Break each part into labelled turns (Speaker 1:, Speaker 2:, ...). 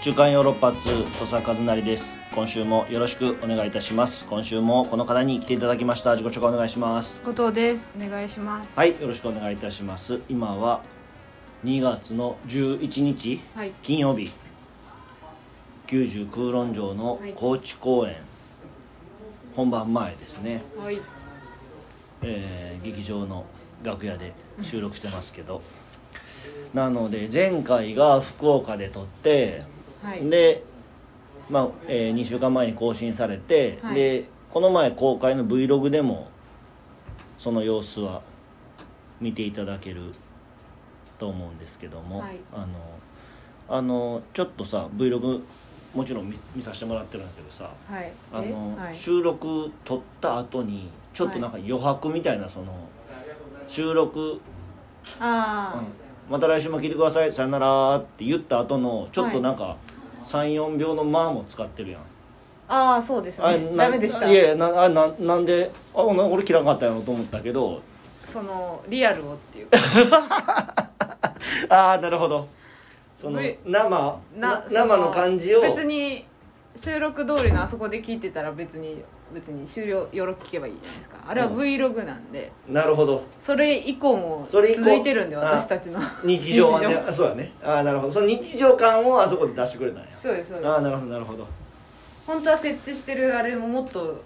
Speaker 1: 週刊ヨーロッパ2土佐和成です今週もよろしくお願いいたします今週もこの方に来ていただきました自己紹介お願いします
Speaker 2: 後藤ですお願いします
Speaker 1: はいよろしくお願いいたします今は2月の11日、
Speaker 2: はい
Speaker 1: 金曜日九十空論城の
Speaker 2: はい
Speaker 1: 高知公演、本番前ですね、
Speaker 2: はい
Speaker 1: えー劇場の楽屋で収録してますけど、なので前回が福岡で撮って、
Speaker 2: はい
Speaker 1: で、まあえ2週間前に更新されて、
Speaker 2: はい
Speaker 1: でこの前公開の Vlog でもその様子は見ていただけると思うんですけども、
Speaker 2: はい
Speaker 1: あのあのちょっとさ Vlog もちろん見見させてもらってるんだけどさ
Speaker 2: はい
Speaker 1: あの、
Speaker 2: えはい
Speaker 1: 収録撮った後にちょっとなんか余白みたいなその収録
Speaker 2: あ
Speaker 1: また来週も聞いてくださいさよならって言った後のちょっとなんか34秒の「間も使ってるやん、
Speaker 2: ーあーそうです
Speaker 1: あ
Speaker 2: ね
Speaker 1: な
Speaker 2: ダメでした
Speaker 1: いやいやなあななんであな俺切らんかったやろと思ったけ ど
Speaker 2: そのリアルをっていうか
Speaker 1: あ あなるほどその
Speaker 2: ぶ
Speaker 1: 生 な
Speaker 2: な
Speaker 1: 生の感じを
Speaker 2: 別に収録通りのあそこで聞いてたら別に別に終了よろ聞けばいいじゃないですかあれは
Speaker 1: うん
Speaker 2: Vlog なんで、
Speaker 1: なるほど
Speaker 2: それ以降も
Speaker 1: それ以降
Speaker 2: 続いてるんで
Speaker 1: あ
Speaker 2: 私たち の
Speaker 1: 日常は
Speaker 2: 日
Speaker 1: ね
Speaker 2: 常
Speaker 1: あそうだねああなるほどその日常感をあそこで出してくれたんや
Speaker 2: そうですそうです
Speaker 1: ああなるほどなるほど
Speaker 2: 本当は設置してるあれももっと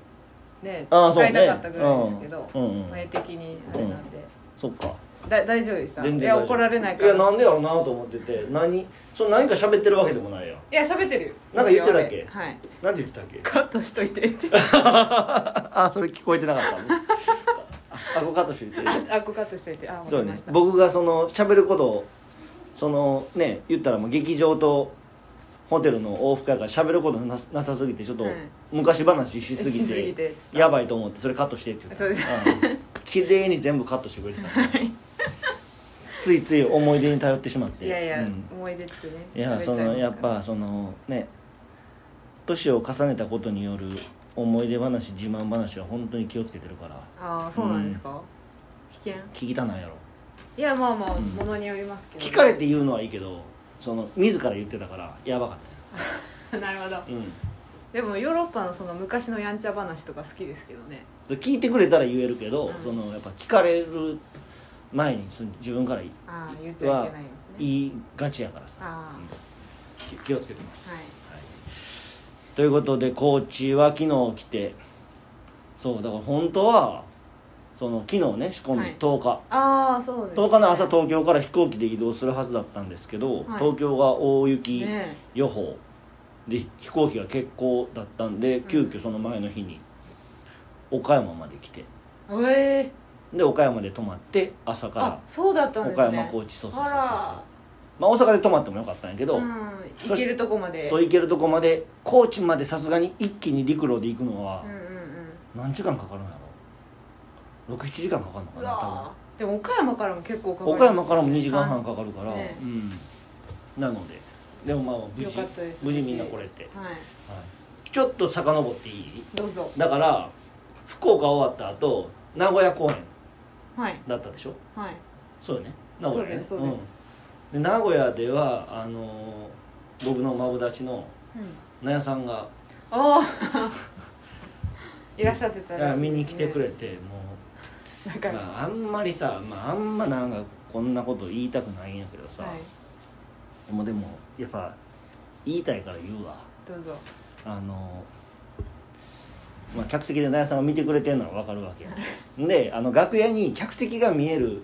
Speaker 2: ね
Speaker 1: ああそう
Speaker 2: 使
Speaker 1: ね
Speaker 2: いたかったぐらいですけど、
Speaker 1: うんうんうん
Speaker 2: 前的にあれなんで、
Speaker 1: そっか
Speaker 2: だ大丈夫でした
Speaker 1: 全然
Speaker 2: い
Speaker 1: 大
Speaker 2: や
Speaker 1: 丈夫
Speaker 2: 怒られない
Speaker 1: い
Speaker 2: から
Speaker 1: やなんでやろうなと思ってて何その何か喋ってるわけでもないやん
Speaker 2: いや喋ってるよ
Speaker 1: なんか言ってたっけ
Speaker 2: はい
Speaker 1: なんて言ってたっけ
Speaker 2: カットしといてって
Speaker 1: あそれ聞こえてなかった あごカットして
Speaker 2: ああこうカットしといてあ
Speaker 1: そ
Speaker 2: わ
Speaker 1: う
Speaker 2: かり
Speaker 1: ね
Speaker 2: ました
Speaker 1: 僕がその喋ることをそのね言ったらもう劇場とホテルの往復やから喋ることなさなさすぎてちょっと
Speaker 2: はい
Speaker 1: 昔話しすぎ
Speaker 2: しすぎ
Speaker 1: て
Speaker 2: て
Speaker 1: やばいと思ってそれカットしてって言
Speaker 2: そ
Speaker 1: っ
Speaker 2: うです
Speaker 1: たうん綺麗に全部カットしてくれてたついつい思い出に頼ってしまって
Speaker 2: いやいや、
Speaker 1: うん
Speaker 2: 思い出ってね
Speaker 1: いや
Speaker 2: 喋ち
Speaker 1: そ
Speaker 2: ゃいますから
Speaker 1: のやっぱそのね年を重ねたことによる思い出話自慢話は本当に気をつけてるから
Speaker 2: ああそうなんですか、危険
Speaker 1: 聞きたないやろ
Speaker 2: いやまあまあ
Speaker 1: うん
Speaker 2: ものによりますけど
Speaker 1: 聞かれて言うのはいいけどその自ら言ってたからやばかっ
Speaker 2: なるほど
Speaker 1: たねうん
Speaker 2: でもヨーロッパのその昔のやんちゃ話とか好きですけどね
Speaker 1: それ聞いてくれたら言えるけど、
Speaker 2: うん
Speaker 1: そのやっぱ聞かれる前にその自分から言
Speaker 2: ああ言っちゃいけないんですね
Speaker 1: 言いがちやからさ
Speaker 2: あ
Speaker 1: き気をつけてます、
Speaker 2: あはい
Speaker 1: ということで高知は昨日来てそうだから本当はその昨日ね仕込
Speaker 2: は
Speaker 1: み
Speaker 2: い
Speaker 1: 10日、
Speaker 2: ああそうです
Speaker 1: 10日の朝東京から飛行機で移動するはずだったんですけど、
Speaker 2: はい
Speaker 1: 東京が大雪
Speaker 2: ね
Speaker 1: 予報で飛行機が欠航だったんで
Speaker 2: ん
Speaker 1: 急遽その前の日に岡山まで来て
Speaker 2: えええ
Speaker 1: で岡山で泊まって朝
Speaker 2: あ
Speaker 1: か
Speaker 2: そうだった
Speaker 1: ら
Speaker 2: んです
Speaker 1: 岡
Speaker 2: ね
Speaker 1: 山高知そうそうそうそうそう
Speaker 2: あら
Speaker 1: まあ大阪で泊まってもよかったんやけど、
Speaker 2: うん行けるとこまで
Speaker 1: そう行けるとこまで高知までさすがに一気に陸路で行くのは
Speaker 2: うんうんうん
Speaker 1: 何時間かかるんやろ67時間かかるのか
Speaker 2: う
Speaker 1: な多分
Speaker 2: わーでも岡山からも結構かかる
Speaker 1: 岡山からも2時間半かかるから、
Speaker 2: ね
Speaker 1: うんなのででもまあ無
Speaker 2: よ
Speaker 1: 事
Speaker 2: かったです
Speaker 1: 無事みんな来れて、
Speaker 2: はい
Speaker 1: はい、ちょっと遡っていい
Speaker 2: どうぞ
Speaker 1: だから福岡終わった後名古屋公演
Speaker 2: はい
Speaker 1: だったでしょ
Speaker 2: はい
Speaker 1: そうよね名古屋ね
Speaker 2: そうですそうです
Speaker 1: うんで名古屋ではあのー僕のマブダチの
Speaker 2: うん
Speaker 1: 納屋さんが
Speaker 2: ああ いらっしゃってたらしいですね
Speaker 1: 見に来てくれて、も
Speaker 2: なん
Speaker 1: う、
Speaker 2: かは
Speaker 1: まあ、あんまりさ、まあ、あんまなんかこんなこと言いたくないんやけどさ、
Speaker 2: い
Speaker 1: もうでもやっぱ言いたいから言うわ
Speaker 2: どうぞ
Speaker 1: あのまあ、客席で納屋さんが見てくれてるのは分かるわけや んであの楽屋に客席が見える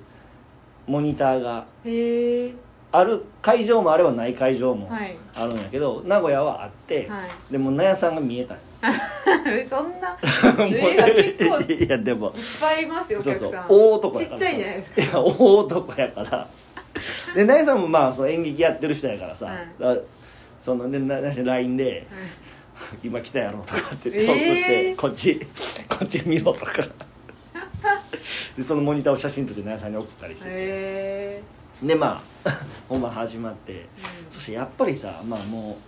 Speaker 1: モニターが
Speaker 2: へえ
Speaker 1: ある会場もあればない会場も
Speaker 2: はい
Speaker 1: あるんやけど、名古屋はあって、
Speaker 2: は
Speaker 1: でも納屋さんが見えたんよ
Speaker 2: い そんな
Speaker 1: もう
Speaker 2: えー結構いっ
Speaker 1: いやでも
Speaker 2: ぱいいますよお
Speaker 1: そう
Speaker 2: 客
Speaker 1: そう
Speaker 2: さん
Speaker 1: 大男や
Speaker 2: ち
Speaker 1: から
Speaker 2: っ
Speaker 1: さ
Speaker 2: ちゃいじゃないですか
Speaker 1: いや大男やからで納屋さんもまあその演劇やってる人やからさ、
Speaker 2: はい
Speaker 1: だからそのねなな LINE で「今来たやろ」とかって言って送って、
Speaker 2: えー
Speaker 1: こっちこっち見ろ」とかでそのモニターを写真撮って奈良さんに送ったりしてて、
Speaker 2: へえ
Speaker 1: でまあ 本番始まってそしてやっぱりさまあも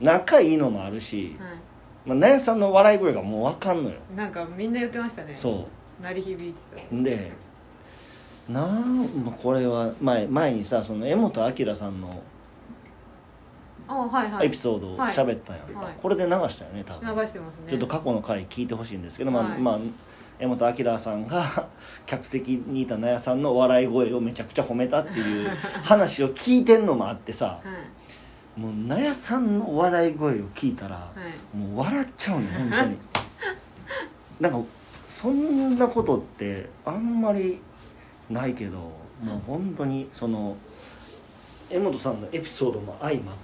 Speaker 1: う仲いいのもあるし、
Speaker 2: は
Speaker 1: まあ、奈良さんの笑い声がもう分かんのよ、
Speaker 2: いなんかみんな言ってましたね
Speaker 1: そう
Speaker 2: 鳴り響いてた
Speaker 1: うでなんまあこれは前前にさその柄本明さんの
Speaker 2: あはいはい
Speaker 1: エピソードを喋ったんやんか、
Speaker 2: はい
Speaker 1: これで流したよね多
Speaker 2: 流
Speaker 1: 分、
Speaker 2: してますね
Speaker 1: ちょっと過去の回聞いてほしいんですけど、まあ
Speaker 2: はい
Speaker 1: まあ江本明さんが 客席にいた納屋さんの笑い声をめちゃくちゃ褒めたっていう話を聞いてんのもあってさ
Speaker 2: はい
Speaker 1: もう納屋さんの笑い声を聞いたら、
Speaker 2: はい
Speaker 1: もう笑っちゃうね本当になんかそんなことってあんまりないけどもう本当にその江本さんのエピソードも相ま
Speaker 2: あ
Speaker 1: っ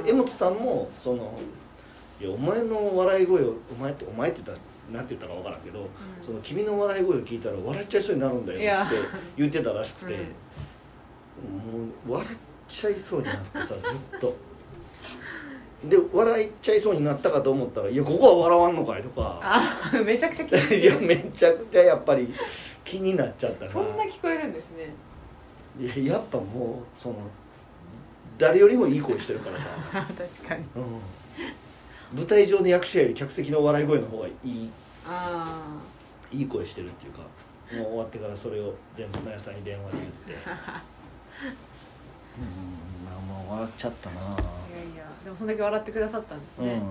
Speaker 2: ー
Speaker 1: て江本さんもその「いやお前の笑い声をお前ってお前って言ったらなんて言ったか分からんけど、その君の笑い声を聞いたら笑っちゃいそうになるんだ
Speaker 2: い
Speaker 1: よ」
Speaker 2: や
Speaker 1: って言ってたらしくて、もう笑っちゃいそうになってさずっと。で笑いちゃいそうになったかと思ったら「いやここは笑わんのかい」とか
Speaker 2: あめちゃくちゃ聞
Speaker 1: 「
Speaker 2: い
Speaker 1: い
Speaker 2: て
Speaker 1: や
Speaker 2: る
Speaker 1: めちゃくちゃやっぱり気になっちゃったから
Speaker 2: そんな聞こえるんです ね
Speaker 1: いややっぱもうその誰よりもいい声してるからさ、
Speaker 2: あ確かに
Speaker 1: うん、舞台上の役者より客席の笑い声の方がいい
Speaker 2: あ
Speaker 1: いい声してるっていうかもう終わってからそれを全部納屋さんに電話で言 ってうんまあもう笑っちゃったな
Speaker 2: あいやいやでもそんだけ笑ってくださったんです
Speaker 1: う
Speaker 2: ね、
Speaker 1: ん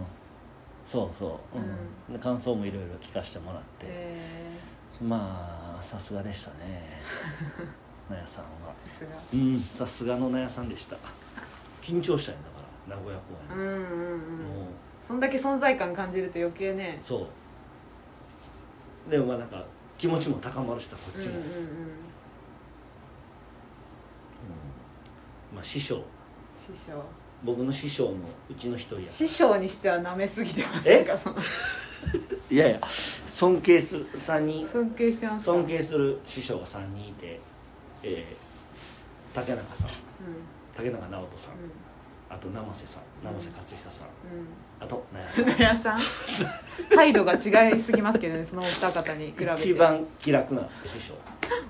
Speaker 1: そうそう、うんで感想もいろいろ聞かせてもらって、
Speaker 2: え
Speaker 1: まあさすがでした ね納屋さんは
Speaker 2: ー、さすが
Speaker 1: うんさすがの納屋さんでした緊張したんだから名古屋公
Speaker 2: うんうんうん
Speaker 1: 演、もう
Speaker 2: そんだけ存在感感じると余計ね
Speaker 1: そうでもまあなんか気持ちも高まるしさこ
Speaker 2: う
Speaker 1: っ
Speaker 2: ん
Speaker 1: ち
Speaker 2: うん
Speaker 1: も、
Speaker 2: うん
Speaker 1: うんまあ師匠
Speaker 2: 師匠
Speaker 1: 僕の師匠のうちの一人や
Speaker 2: 師匠にしては舐めすぎてます
Speaker 1: え
Speaker 2: かその
Speaker 1: いやいや尊敬する3人
Speaker 2: 尊敬してますか
Speaker 1: 尊敬する師匠が3人いて、えー竹中さん竹中直人さん
Speaker 2: う
Speaker 1: あと生瀬さん生瀬勝久さん
Speaker 2: んうんうん
Speaker 1: あと納屋さん
Speaker 2: 船屋さん態度が違いすぎますけどねそのお二方に比べて
Speaker 1: 一番気楽な師匠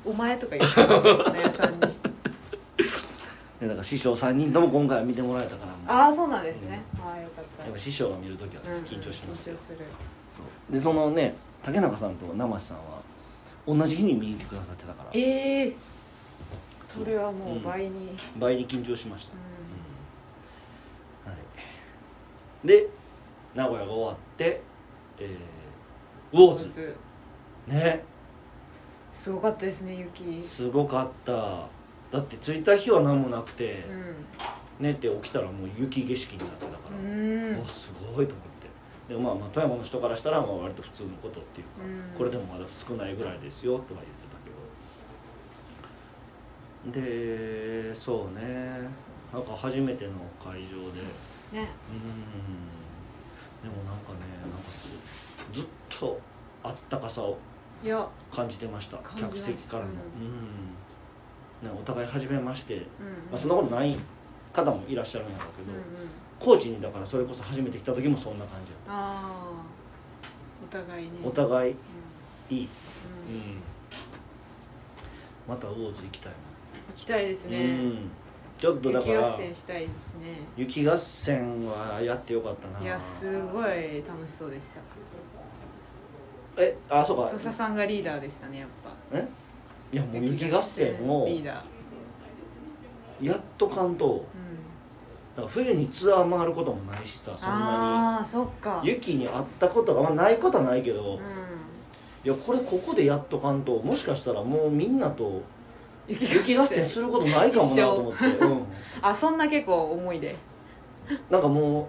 Speaker 2: お前とか言ってます船屋さんに
Speaker 1: でだから師匠3人とも今回は見てもらえたからもう
Speaker 2: ああそうなんですね、ああよかっ
Speaker 1: やっぱ
Speaker 2: た
Speaker 1: 師匠が見るときは緊張しますよ、
Speaker 2: 緊張する
Speaker 1: そうでそのね竹中さんと生瀬さんは同じ日に見に来てくださってたから
Speaker 2: ええー、それはもう倍に、うん
Speaker 1: 倍に緊張しました、うんはい、で名古屋が終わって、えー、ウォーズね
Speaker 2: すごかったですね雪う
Speaker 1: すごかっただって着いた日は何もなくて、
Speaker 2: ん
Speaker 1: 寝て起きたらもう雪景色になってたか
Speaker 2: う
Speaker 1: ら、
Speaker 2: ん
Speaker 1: わすごいと思ってでまあまあ富山の人からしたらまあ割と普通のことっていうか、
Speaker 2: うん
Speaker 1: これでもまだ少ないぐらいですよとは言ってたけどでそうねなんか初めての会場で
Speaker 2: そうですね
Speaker 1: うんでもなんかねなんかすずっとあったかさを
Speaker 2: いや
Speaker 1: 感じてました
Speaker 2: 感じま
Speaker 1: 客
Speaker 2: した
Speaker 1: 席からの、うんね、お互い初めまして、
Speaker 2: うんうん、
Speaker 1: まあ、そんなことない方もいらっしゃるんだろうけ
Speaker 2: うん
Speaker 1: ど、
Speaker 2: うん、
Speaker 1: 高知にだからそれこそ初めて来た時もそんな感じだっ
Speaker 2: ああお互いね
Speaker 1: たお互い
Speaker 2: うん
Speaker 1: いい、
Speaker 2: うん
Speaker 1: また魚津行きたい
Speaker 2: 行きたいです
Speaker 1: な、
Speaker 2: ね、
Speaker 1: うんちょっとだか
Speaker 2: 雪合
Speaker 1: ら
Speaker 2: 戦したいですね
Speaker 1: 雪合戦はやってよかったない
Speaker 2: やすごい楽しそうでした
Speaker 1: えあそうか
Speaker 2: 土佐さんがリーダーでしたねやっぱ
Speaker 1: えいやもう雪合戦を
Speaker 2: リーダー
Speaker 1: やっと関東
Speaker 2: うん
Speaker 1: だから冬にツアー回ることもないしさそんな
Speaker 2: ああーそっか
Speaker 1: に雪に会ったことが、まあ、ないことはないけど、
Speaker 2: う
Speaker 1: い
Speaker 2: ん
Speaker 1: やこれここでやっと関東もしかしたらもうみんなと雪合戦することないかもなと思って、うん、
Speaker 2: あそんな結構思い出
Speaker 1: なんかも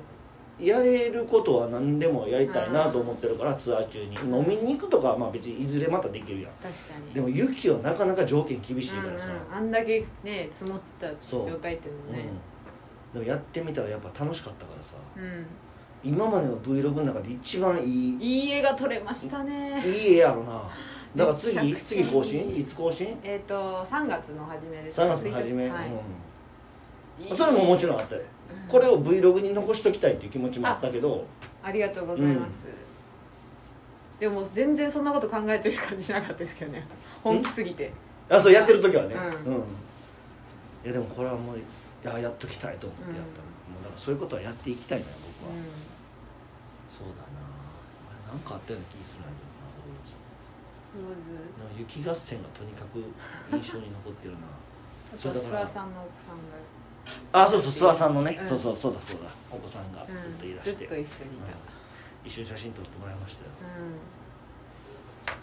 Speaker 1: うやれることは何でもやりたいなと思ってるからツアー中に飲みに行くとかはまあ別にいずれまたできるやん
Speaker 2: 確かに
Speaker 1: でも雪はなかなか条件厳しい
Speaker 2: うん
Speaker 1: からさ、
Speaker 2: うん、あんだけね積もった
Speaker 1: そう
Speaker 2: 状態っていうのも
Speaker 1: うん
Speaker 2: ね
Speaker 1: でもやってみたらやっぱ楽しかったからさ
Speaker 2: う、
Speaker 1: 今までの Vlog の中で一番いい
Speaker 2: ん、いい絵が撮れましたね
Speaker 1: いい絵やろなだから次
Speaker 2: めちゃくちゃい
Speaker 1: 次
Speaker 2: い
Speaker 1: 更新いつ更新
Speaker 2: えっ、と3月の初めです
Speaker 1: 3月の初め、
Speaker 2: はい
Speaker 1: うん、それももちろんあったよこれを Vlog に残しときたいっていう気持ちもあったけど
Speaker 2: ありがとうございます、でも全然そんなこと考えてる感じしなかったですけどね本気すぎて
Speaker 1: あそうやってる時はねう、
Speaker 2: うん
Speaker 1: いやでもこれはもういややっときたいと思ってやったの、もうだからそういうことはやっていきたいな
Speaker 2: う
Speaker 1: 僕は、
Speaker 2: ん
Speaker 1: そうだなあれなんかあったような気するんだけど
Speaker 2: 上
Speaker 1: ななんか雪合戦がとにかく印象に残ってるな
Speaker 2: 手
Speaker 1: そう
Speaker 2: あと
Speaker 1: だ
Speaker 2: 諏
Speaker 1: から
Speaker 2: 訪さんの奥さんが
Speaker 1: あそうそう諏訪さんのね、
Speaker 2: うん
Speaker 1: そうそうそうだそうだお子さんがずっといらして、
Speaker 2: ずっと一緒にいた、
Speaker 1: 一緒に写真撮ってもらいましたよ
Speaker 2: う
Speaker 1: で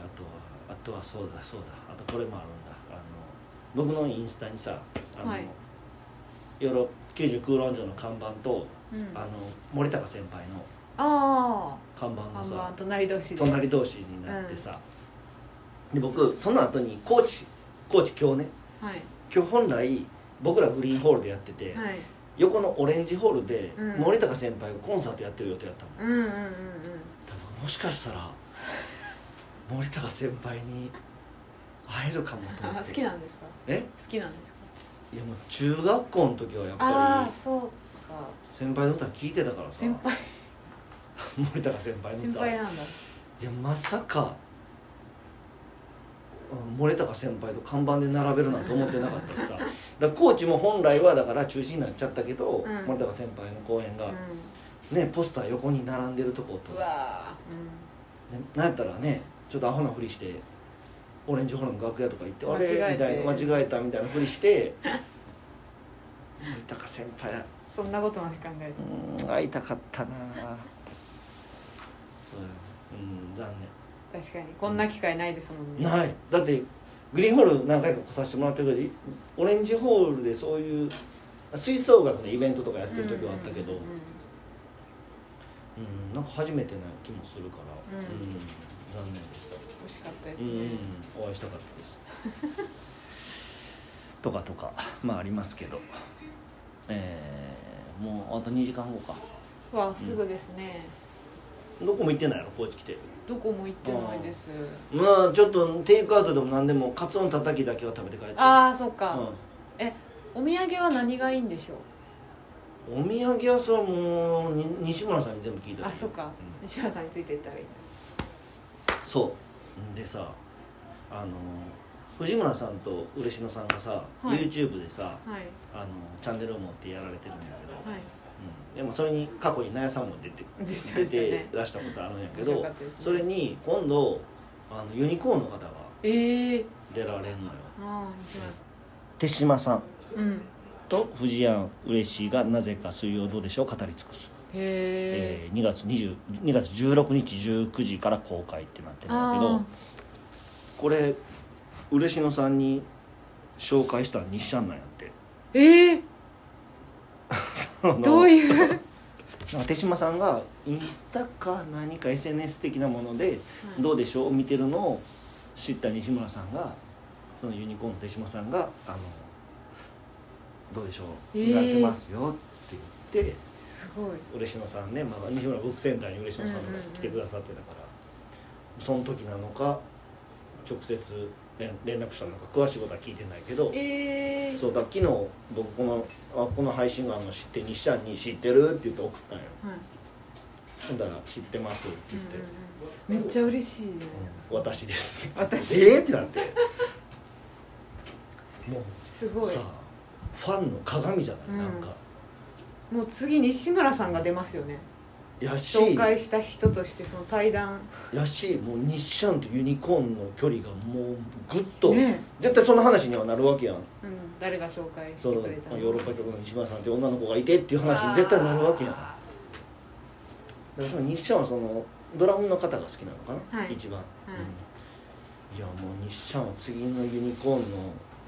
Speaker 1: あとはあとはそうだそうだあとこれもあるんだあの僕のインスタにさあの、
Speaker 2: はい
Speaker 1: 夜九十空論城の看板と、
Speaker 2: んうん、
Speaker 1: あの
Speaker 2: あ
Speaker 1: 森高先輩の
Speaker 2: あ
Speaker 1: 看板が
Speaker 2: 看
Speaker 1: さ
Speaker 2: 板隣同士で
Speaker 1: 隣同士になってさ、で僕その後に高知高知今日ね
Speaker 2: はい
Speaker 1: 今日本来僕らグリーンホールでやってて、
Speaker 2: はい
Speaker 1: 横のオレンジホールで
Speaker 2: うん
Speaker 1: 森高先輩がコンサートやってる予定だったの、
Speaker 2: うんうんうんうん
Speaker 1: 多分もしかしたら森高先輩に会えるかもと思
Speaker 2: あ
Speaker 1: っ
Speaker 2: 好
Speaker 1: て
Speaker 2: きなんですか
Speaker 1: え
Speaker 2: 好きなんですか
Speaker 1: いやもう中学校の時はやっ
Speaker 2: あ
Speaker 1: ぱ
Speaker 2: あ
Speaker 1: り
Speaker 2: そうか
Speaker 1: 先輩の歌聞いてたからさ
Speaker 2: 先輩
Speaker 1: 森高先輩の歌
Speaker 2: 先輩なんだ
Speaker 1: いやまさかうん森高先輩と看板で並べるなんて思ってなかった しさだから高知も本来はだから中止になっちゃったけど、
Speaker 2: うん
Speaker 1: 森高先輩の公演が、
Speaker 2: う
Speaker 1: ねポスター横に並んでるとこと
Speaker 2: んうわ
Speaker 1: ねなんやったらねちょっとアホなふりしてオレンジホールの楽屋とか行って「あれ?」
Speaker 2: 間違え
Speaker 1: みたい
Speaker 2: て
Speaker 1: な間違えたみたいなふりして 森高先輩だ
Speaker 2: ーそんなことまで考えて
Speaker 1: うーん会いたかったなそうだようん残
Speaker 2: 確かにこんな機会ないですもんね
Speaker 1: 念ないだってグリーンホール何回か来させてもらってるけどオレンジホールでそういう吹奏楽のイベントとかやってる時はあったけど、
Speaker 2: うんうんうん
Speaker 1: うん、なんか初めてな気もするから、
Speaker 2: うん
Speaker 1: 残念でした
Speaker 2: 惜しかったです
Speaker 1: う
Speaker 2: ね、
Speaker 1: ん、お会いしたかったです とかとかまあありますけどえー、もうあと2時間後か
Speaker 2: うわすぐですね、
Speaker 1: どこも行ってないの高知来て
Speaker 2: どこも行ってないです
Speaker 1: まあちょっとテイクアウトでも何でもカツオのたたきだけは食べて帰って
Speaker 2: ああそっか、
Speaker 1: う、
Speaker 2: お土産は何がいいんでしょうん
Speaker 1: お土産はそれはもうに西村さんに全部聞いた
Speaker 2: あそっ
Speaker 1: う
Speaker 2: か西村さんについていったらいい
Speaker 1: そうでさあの藤村さんと嬉野さんがさ、
Speaker 2: はい
Speaker 1: YouTube でさ
Speaker 2: はい
Speaker 1: あのチャンネルを持ってやられてるんだけど、
Speaker 2: はい
Speaker 1: うん、でもそれに過去に納屋さんも出て
Speaker 2: 出てました
Speaker 1: 出
Speaker 2: ね
Speaker 1: てらしたことあるんやけ
Speaker 2: 面白
Speaker 1: ど
Speaker 2: かったですね
Speaker 1: それに今度あのユニコーンの方が
Speaker 2: ええー、
Speaker 1: 出られるのよ
Speaker 2: ああ西村さ
Speaker 1: 手島さん
Speaker 2: んうん
Speaker 1: と藤山嬉しいがなぜか水曜どうでしょう語り尽くす、
Speaker 2: へ
Speaker 1: え
Speaker 2: え
Speaker 1: ー、2, 月20 2月16日19時から公開ってなってるんだけ
Speaker 2: あ
Speaker 1: どこれ嬉野さんに紹介した日シャンなんやって
Speaker 2: ええー、どう
Speaker 1: う
Speaker 2: いう、
Speaker 1: 手島さんがインスタか何か SNS 的なもので ど
Speaker 2: う
Speaker 1: うでしょう見てるのを知った西村さんがそのユニコーンの手島さんが「あのどうでしょう
Speaker 2: えー
Speaker 1: 見られてますよ」って言って、
Speaker 2: すごい
Speaker 1: 嬉野さんね、まあ、西村ブックセンターに嬉野さん
Speaker 2: うんうんう
Speaker 1: が
Speaker 2: ん
Speaker 1: 来てくださってたから、その時なのか直接連連絡したのか詳しいことは聞いてないけど。
Speaker 2: ええー、
Speaker 1: そうだ昨日僕このあこの配信があるの知って西ちゃんに「知ってる?」って言って送ったんよ
Speaker 2: はい
Speaker 1: ほんだら「知ってます」って言って
Speaker 2: うんうんうん、めっちゃ嬉しいじゃないで
Speaker 1: 「
Speaker 2: すか、
Speaker 1: 私です」
Speaker 2: 私
Speaker 1: えーってな っても
Speaker 2: す
Speaker 1: う
Speaker 2: ごい
Speaker 1: さファンの鏡じゃない、
Speaker 2: うん
Speaker 1: なんか
Speaker 2: もう次西村さんが出ますよね
Speaker 1: やし
Speaker 2: 紹介した人としてその対談
Speaker 1: やしもう日シャンとユニコーンの距離がもうぐっと、
Speaker 2: ね
Speaker 1: 絶対その話にはなるわけやん
Speaker 2: うん、誰が紹介し
Speaker 1: そう
Speaker 2: て
Speaker 1: ヨ
Speaker 2: くれた
Speaker 1: ーロッパ局の西村さんって女の子がいてっていう話に絶対なるわけやんだか
Speaker 2: あ
Speaker 1: ら多分日シャンはそのドラムの方が好きなのかな、
Speaker 2: はい
Speaker 1: 一番、うんいやもう日シャンは次のユニコーンの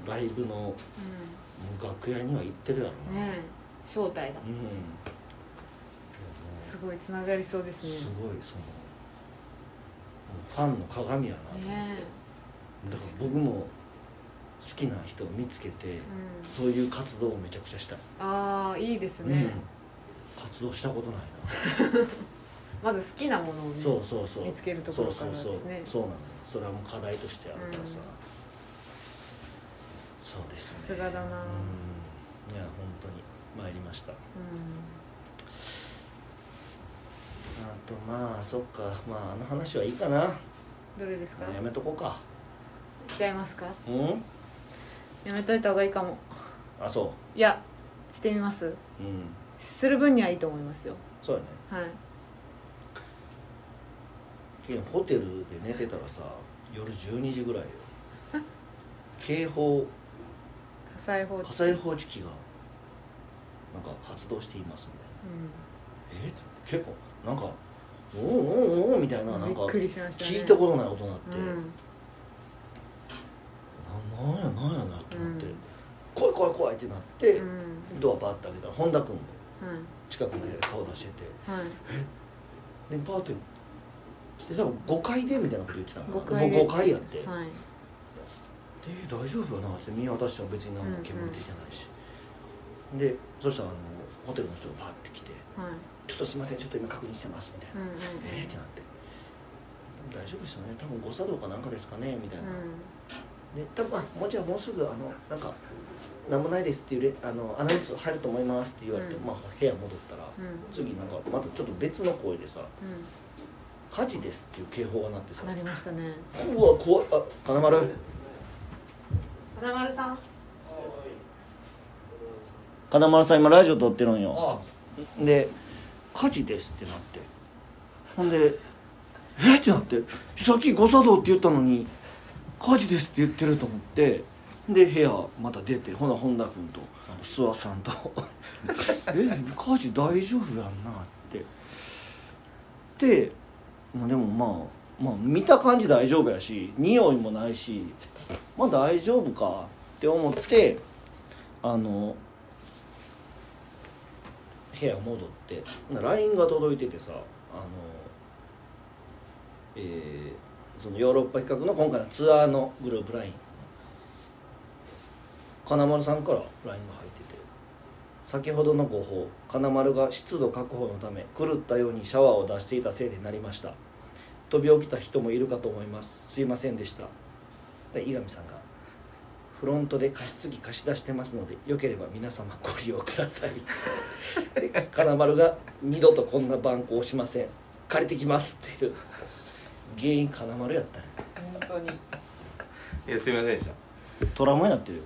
Speaker 1: ライブのも
Speaker 2: ーう
Speaker 1: う楽屋には行ってるやろ
Speaker 2: ん
Speaker 1: な、
Speaker 2: ねえ招待だ
Speaker 1: うんいやもう
Speaker 2: すごいつながりそうですね
Speaker 1: すごいそのファンの鏡やな、
Speaker 2: ね
Speaker 1: だから僕も好きな人を見つけて、
Speaker 2: え、うん、
Speaker 1: そういう活動をめちゃくちゃしたい、
Speaker 2: ああいいです
Speaker 1: う
Speaker 2: ね
Speaker 1: ん、活動したことない
Speaker 2: まず好きなものをね
Speaker 1: なそうそうそう
Speaker 2: 見つけるところからですね
Speaker 1: そうそうそうそうなのよそれはもう課題としてあるからさ、
Speaker 2: うん
Speaker 1: そうですね
Speaker 2: さすがだな
Speaker 1: うんいや本当に参りました
Speaker 2: う
Speaker 1: あとまあそっかまああの話はいいかな、
Speaker 2: ん、どれですか
Speaker 1: やめとこうか
Speaker 2: しちゃいますか
Speaker 1: うん
Speaker 2: やめといた方がいいかも
Speaker 1: あそう
Speaker 2: いやしてみます
Speaker 1: うん
Speaker 2: する分にはいいと思いますよ
Speaker 1: そうやね
Speaker 2: はい
Speaker 1: 昨日ホテルで寝てたらさ夜12時ぐらいよ警報
Speaker 2: 火災報知
Speaker 1: 火災報知器がなんか発動していますみたいな
Speaker 2: う
Speaker 1: えー結構なんかおーおーおーみたいななん
Speaker 2: ん、びっ
Speaker 1: か
Speaker 2: くりしましたね
Speaker 1: 聞いたことない音になって、
Speaker 2: うん
Speaker 1: ななんやなんやなと思って、
Speaker 2: うん
Speaker 1: 怖い怖い怖いってなって、
Speaker 2: うん
Speaker 1: ドアバッて開けたら本田君も
Speaker 2: うん
Speaker 1: 近くで顔出して
Speaker 2: はい
Speaker 1: てでパーッとで多分5階でみたいなこと言ってたん
Speaker 2: 5
Speaker 1: かな
Speaker 2: 階で
Speaker 1: 5階やって、
Speaker 2: はい
Speaker 1: で大丈夫やなって見渡しても別に何も煙出てないし、でそしたらあのホテルの人がパーって来て「
Speaker 2: はい
Speaker 1: ちょっとすいませんちょっと今確認してます」みたいな
Speaker 2: うんうん
Speaker 1: えーってなって「でも大丈夫ですよね多分誤作動かなんかですかね」みたいな、で多分あもうじゃあもうすぐあのなんか「何もないです」っていうレあのアナウンス入ると思いますって言われて、
Speaker 2: うん
Speaker 1: まあ部屋戻ったら
Speaker 2: うんうん
Speaker 1: 次なんかまたちょっと別の声でさ「火事です」っていう警報が鳴って
Speaker 2: う
Speaker 1: さ
Speaker 2: んなりましたね
Speaker 1: 「うわ怖いあ金丸
Speaker 2: 花丸さん
Speaker 1: 金丸さん今ラジオ撮ってるんよ
Speaker 3: あ
Speaker 1: で「火事です」ってなってほんで「えっ?」ってなってさっき誤作動って言ったのに「火事です」って言ってると思ってで部屋また出てほな本田君と諏訪さんと「え火事大丈夫やんな」ってでまあでもまあまあ見た感じ大丈夫やし匂いもないしまあ大丈夫かって思ってあの部屋戻ってな LINE が届いててさあのえーそのヨーロッパ企画の今回のツアーのグループ LINE 金丸さんから LINE が入ってて「先ほどの誤報金丸が湿度確保のため狂ったようにシャワーを出していたせいでなりました」「飛び起きた人もいるかと思いますすいませんでした」で井上さんが「フロントで貸しすぎ貸し出してますのでよければ皆様ご利用ください」で 金丸が「二度とこんな番号しません借りてきます」っていう原因金丸やったんや
Speaker 2: 本当に
Speaker 3: いやすいませんでした
Speaker 1: トラウマになってるよ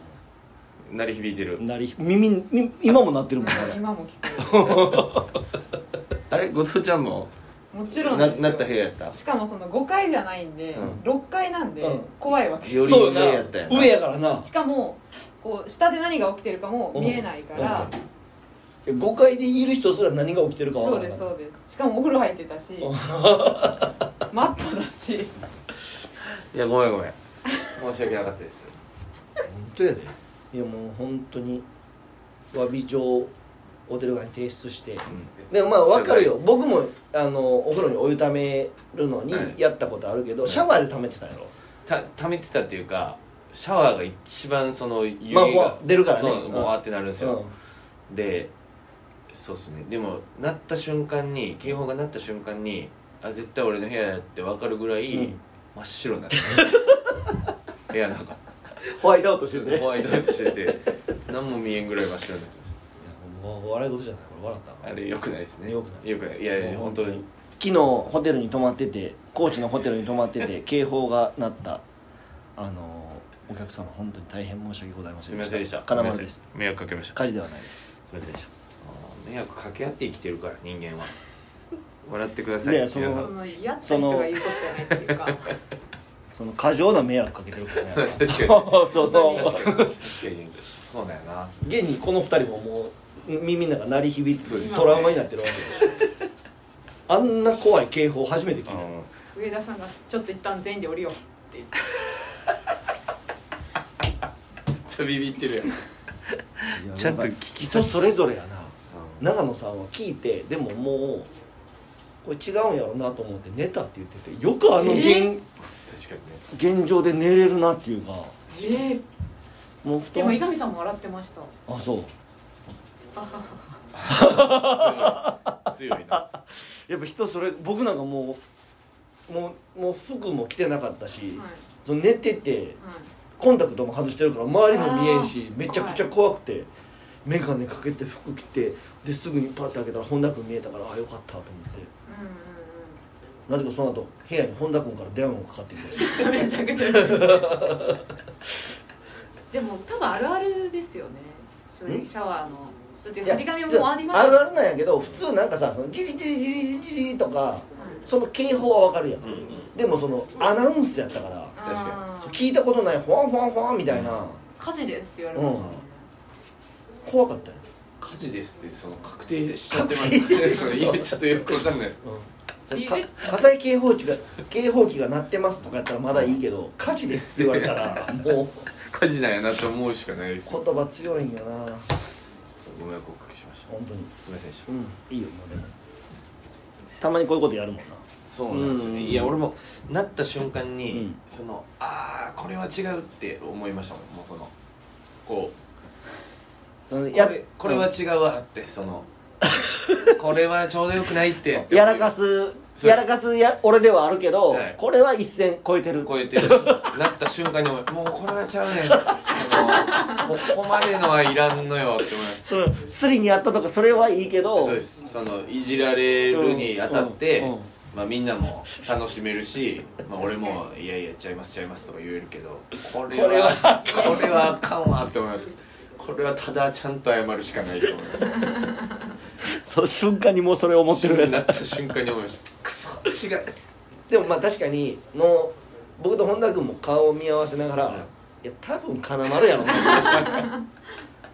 Speaker 3: 鳴り響いてる
Speaker 1: なり耳に今もなってるもんあ れ
Speaker 2: 今も聞こ
Speaker 3: あれ後藤ちゃんも
Speaker 2: えるもちろん
Speaker 3: な
Speaker 2: ですよ
Speaker 3: なった部屋やった
Speaker 2: しかもその5階じゃないんで、
Speaker 3: うん
Speaker 2: 六6階なんで
Speaker 1: うん
Speaker 2: 怖いわけです、
Speaker 3: より
Speaker 1: そう
Speaker 3: 上
Speaker 1: な
Speaker 3: やったやんな
Speaker 1: 上やからな
Speaker 2: しかもこう下で何が起きてるかも見えないか
Speaker 1: う
Speaker 2: ら、
Speaker 1: ん5階でいる人すら何が起きてるかわ
Speaker 2: そ
Speaker 1: か
Speaker 2: う
Speaker 1: らな
Speaker 2: で
Speaker 1: い
Speaker 2: すそうですしかもお風呂入って たしマットだし
Speaker 3: いやごめんごめん 申し訳なかったです
Speaker 1: 本当やでいやもう本当に詫び状をホテル側に提出してでもまあ分かるよ僕もあのお風呂にお湯ためるのに
Speaker 3: はい
Speaker 1: やったことあるけど、
Speaker 3: はい
Speaker 1: シャワーでためてたやろ
Speaker 3: た溜めてたっていうかシャワーが一番その湯気
Speaker 1: まあもう出るからね
Speaker 3: そう
Speaker 1: うん
Speaker 3: もうあってなるんですよ、
Speaker 1: う
Speaker 3: でそうっすねでも鳴った瞬間に警報が鳴った瞬間にあ絶対俺の部屋やって分かるぐらい、
Speaker 1: うん
Speaker 3: 真っ白になって た部屋なんか
Speaker 1: んホワイトアウトしてるね
Speaker 3: ホワイトアウトしてて何も見えんぐらい真っ白になって
Speaker 1: いやもう笑い事じゃないこれ笑った
Speaker 3: たあれよくないですね
Speaker 1: 良くない
Speaker 3: よくないいやいや本当に
Speaker 1: 昨日ホテルに泊まってて高知のホテルに泊まってて警報が鳴ったあのお客様本当に大変申し訳ございますせ
Speaker 3: み
Speaker 1: ん
Speaker 3: ませんでした
Speaker 1: 金丸です
Speaker 3: 迷惑かけました
Speaker 1: 火事ではないです
Speaker 3: すみませんでした迷惑かけ合って生きてるから人間 は笑ってくださ
Speaker 1: い
Speaker 3: い
Speaker 1: やその
Speaker 3: 皆さ
Speaker 2: そ
Speaker 3: ん
Speaker 2: の嫌った人が言うことじゃないっていうか
Speaker 1: その過剰な迷惑かけてるからね
Speaker 3: 確かに
Speaker 1: そうそう
Speaker 3: 確かに確かにそうだよな
Speaker 1: 現にこの二人ももう耳の中鳴り響
Speaker 3: そう
Speaker 1: い
Speaker 3: で
Speaker 1: て
Speaker 3: す
Speaker 1: トラウマになってるわけでしょあんな怖い警報初めて聞いた
Speaker 2: 上田さんが「ちょっと一旦全員で降りよう」って言って
Speaker 3: ちょビビってるやんちゃんと聞き
Speaker 1: 人それぞれやな長野さんは聞いてでももうこれ違うんやろなと思って寝たって言っててよくあの現,、
Speaker 2: え
Speaker 3: 確かにね
Speaker 1: 現状で寝れるなっていうか
Speaker 2: えー
Speaker 1: もう布
Speaker 2: でも井
Speaker 1: 団
Speaker 2: 上さんも笑ってました
Speaker 1: あそう
Speaker 3: 強い強いな
Speaker 1: やっぱ人それ僕なんかもうもうもう服も着てなかったし、
Speaker 2: はい
Speaker 1: その寝てて
Speaker 2: は
Speaker 1: コンタクトも外してるから周りも見えんしめちゃくちゃ怖くて眼鏡かけて服着てですぐにパッて開けたら本田君見えたからあよかったと思って
Speaker 2: いうんうん
Speaker 1: なぜかその後部屋に本田君から電話もかかってきたし
Speaker 2: うんめちゃくちゃでも多分あるあるですよね正直
Speaker 1: ん
Speaker 2: シャワーのだって
Speaker 1: いや
Speaker 2: 張り紙もありま
Speaker 1: あ
Speaker 2: す
Speaker 1: るあるなんやけど普通なんかさそのジリジリジリジリジリとかその警報はわかるやん、
Speaker 3: うんうん
Speaker 1: でもそのアナウンスやったから
Speaker 3: 確か
Speaker 1: そう
Speaker 2: に
Speaker 1: 聞いたことないホワンホワンホワンみたいな
Speaker 2: 火事ですって言われましたもんね
Speaker 1: 怖かったよ
Speaker 3: 確火事ですってその確定しちゃってますね そのいやちょっとよくわかんない
Speaker 1: それか火災警報器が警報器が鳴ってますとかやったらまだいいけど火事ですって言われたらもう
Speaker 3: 火事なんやなと思うしかないですちょっ
Speaker 1: 言葉強いんやな
Speaker 3: とご迷惑をおかけしました
Speaker 1: 本当に
Speaker 3: すみませんでした
Speaker 1: うんいいよもうでもたまにこういうことやるもんな
Speaker 3: そうなんですよね
Speaker 1: うん
Speaker 3: いや俺もなった瞬間に、
Speaker 1: うん
Speaker 3: そのああこれは違うって思いましたもんもうそのこう
Speaker 1: その
Speaker 3: こ
Speaker 1: や
Speaker 3: れこれは違うわってそのこれはちょうどよくないってっ て
Speaker 1: やらかす
Speaker 3: す
Speaker 1: やらかすや俺ではあるけど、
Speaker 3: はい
Speaker 1: これは一線超えてる
Speaker 3: 超えてるなった瞬間に思いもうこれはちゃうねんそのここまでのはいらんのよって思いました
Speaker 1: そのスリにやったとかそれはいいけど
Speaker 3: そうですそのいじられるにあたって、
Speaker 1: うんうんうん
Speaker 3: まあ、みんなも楽しめるし、まあ、俺も「いやいやちゃいますちゃいます」とか言えるけどこれはこれはあかんわって思いましたこれはただちゃんと謝るしかないと思いました
Speaker 1: その瞬間にもうそれを思ってる
Speaker 3: なった瞬間に思いましたクソ違う
Speaker 1: でもまあ確かにの僕と本田君も顔を見合わせながら、
Speaker 3: うん
Speaker 1: いや多分金丸やろな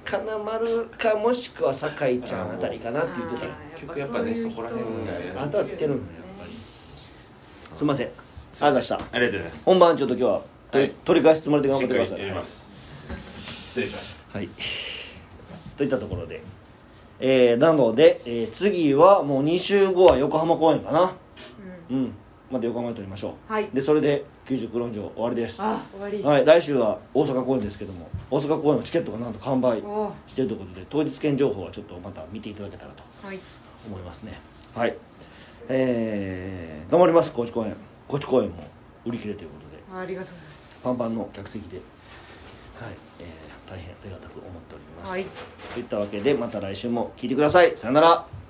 Speaker 1: 金丸かもしくは酒井ちゃんあたりかなって言ってたよ
Speaker 3: 結局やっぱねそこら辺が
Speaker 1: うん当たってるんだよやっぱりすいませんありがとうございました
Speaker 3: ありがとうございます
Speaker 1: 本番ちょっと今日は、と
Speaker 3: はい
Speaker 1: 取り返しつもりで頑
Speaker 3: し
Speaker 1: 張っ
Speaker 3: ってか
Speaker 1: くださ
Speaker 3: り
Speaker 1: い
Speaker 3: やります失礼しました
Speaker 1: はいといったところでえー、なので、えー次はもう2週後は横浜公演かなうんまた横浜で撮りましょう、
Speaker 2: はい
Speaker 1: でそれで99論上終わりです
Speaker 2: あ終わり、
Speaker 1: はい、来週は大阪公演ですけども大阪公演のチケットがなんと完売
Speaker 2: お
Speaker 1: しているということで当日券情報はちょっとまた見ていただけたらと
Speaker 2: はい
Speaker 1: 思いますねはいえー、頑張ります高知公演高知公演も売り切れということで
Speaker 2: あありがとうございます
Speaker 1: パンパンの客席ではい、えー大変ありがたく思っております、
Speaker 2: はい
Speaker 1: といったわけでまた来週も聞いてくださいさよなら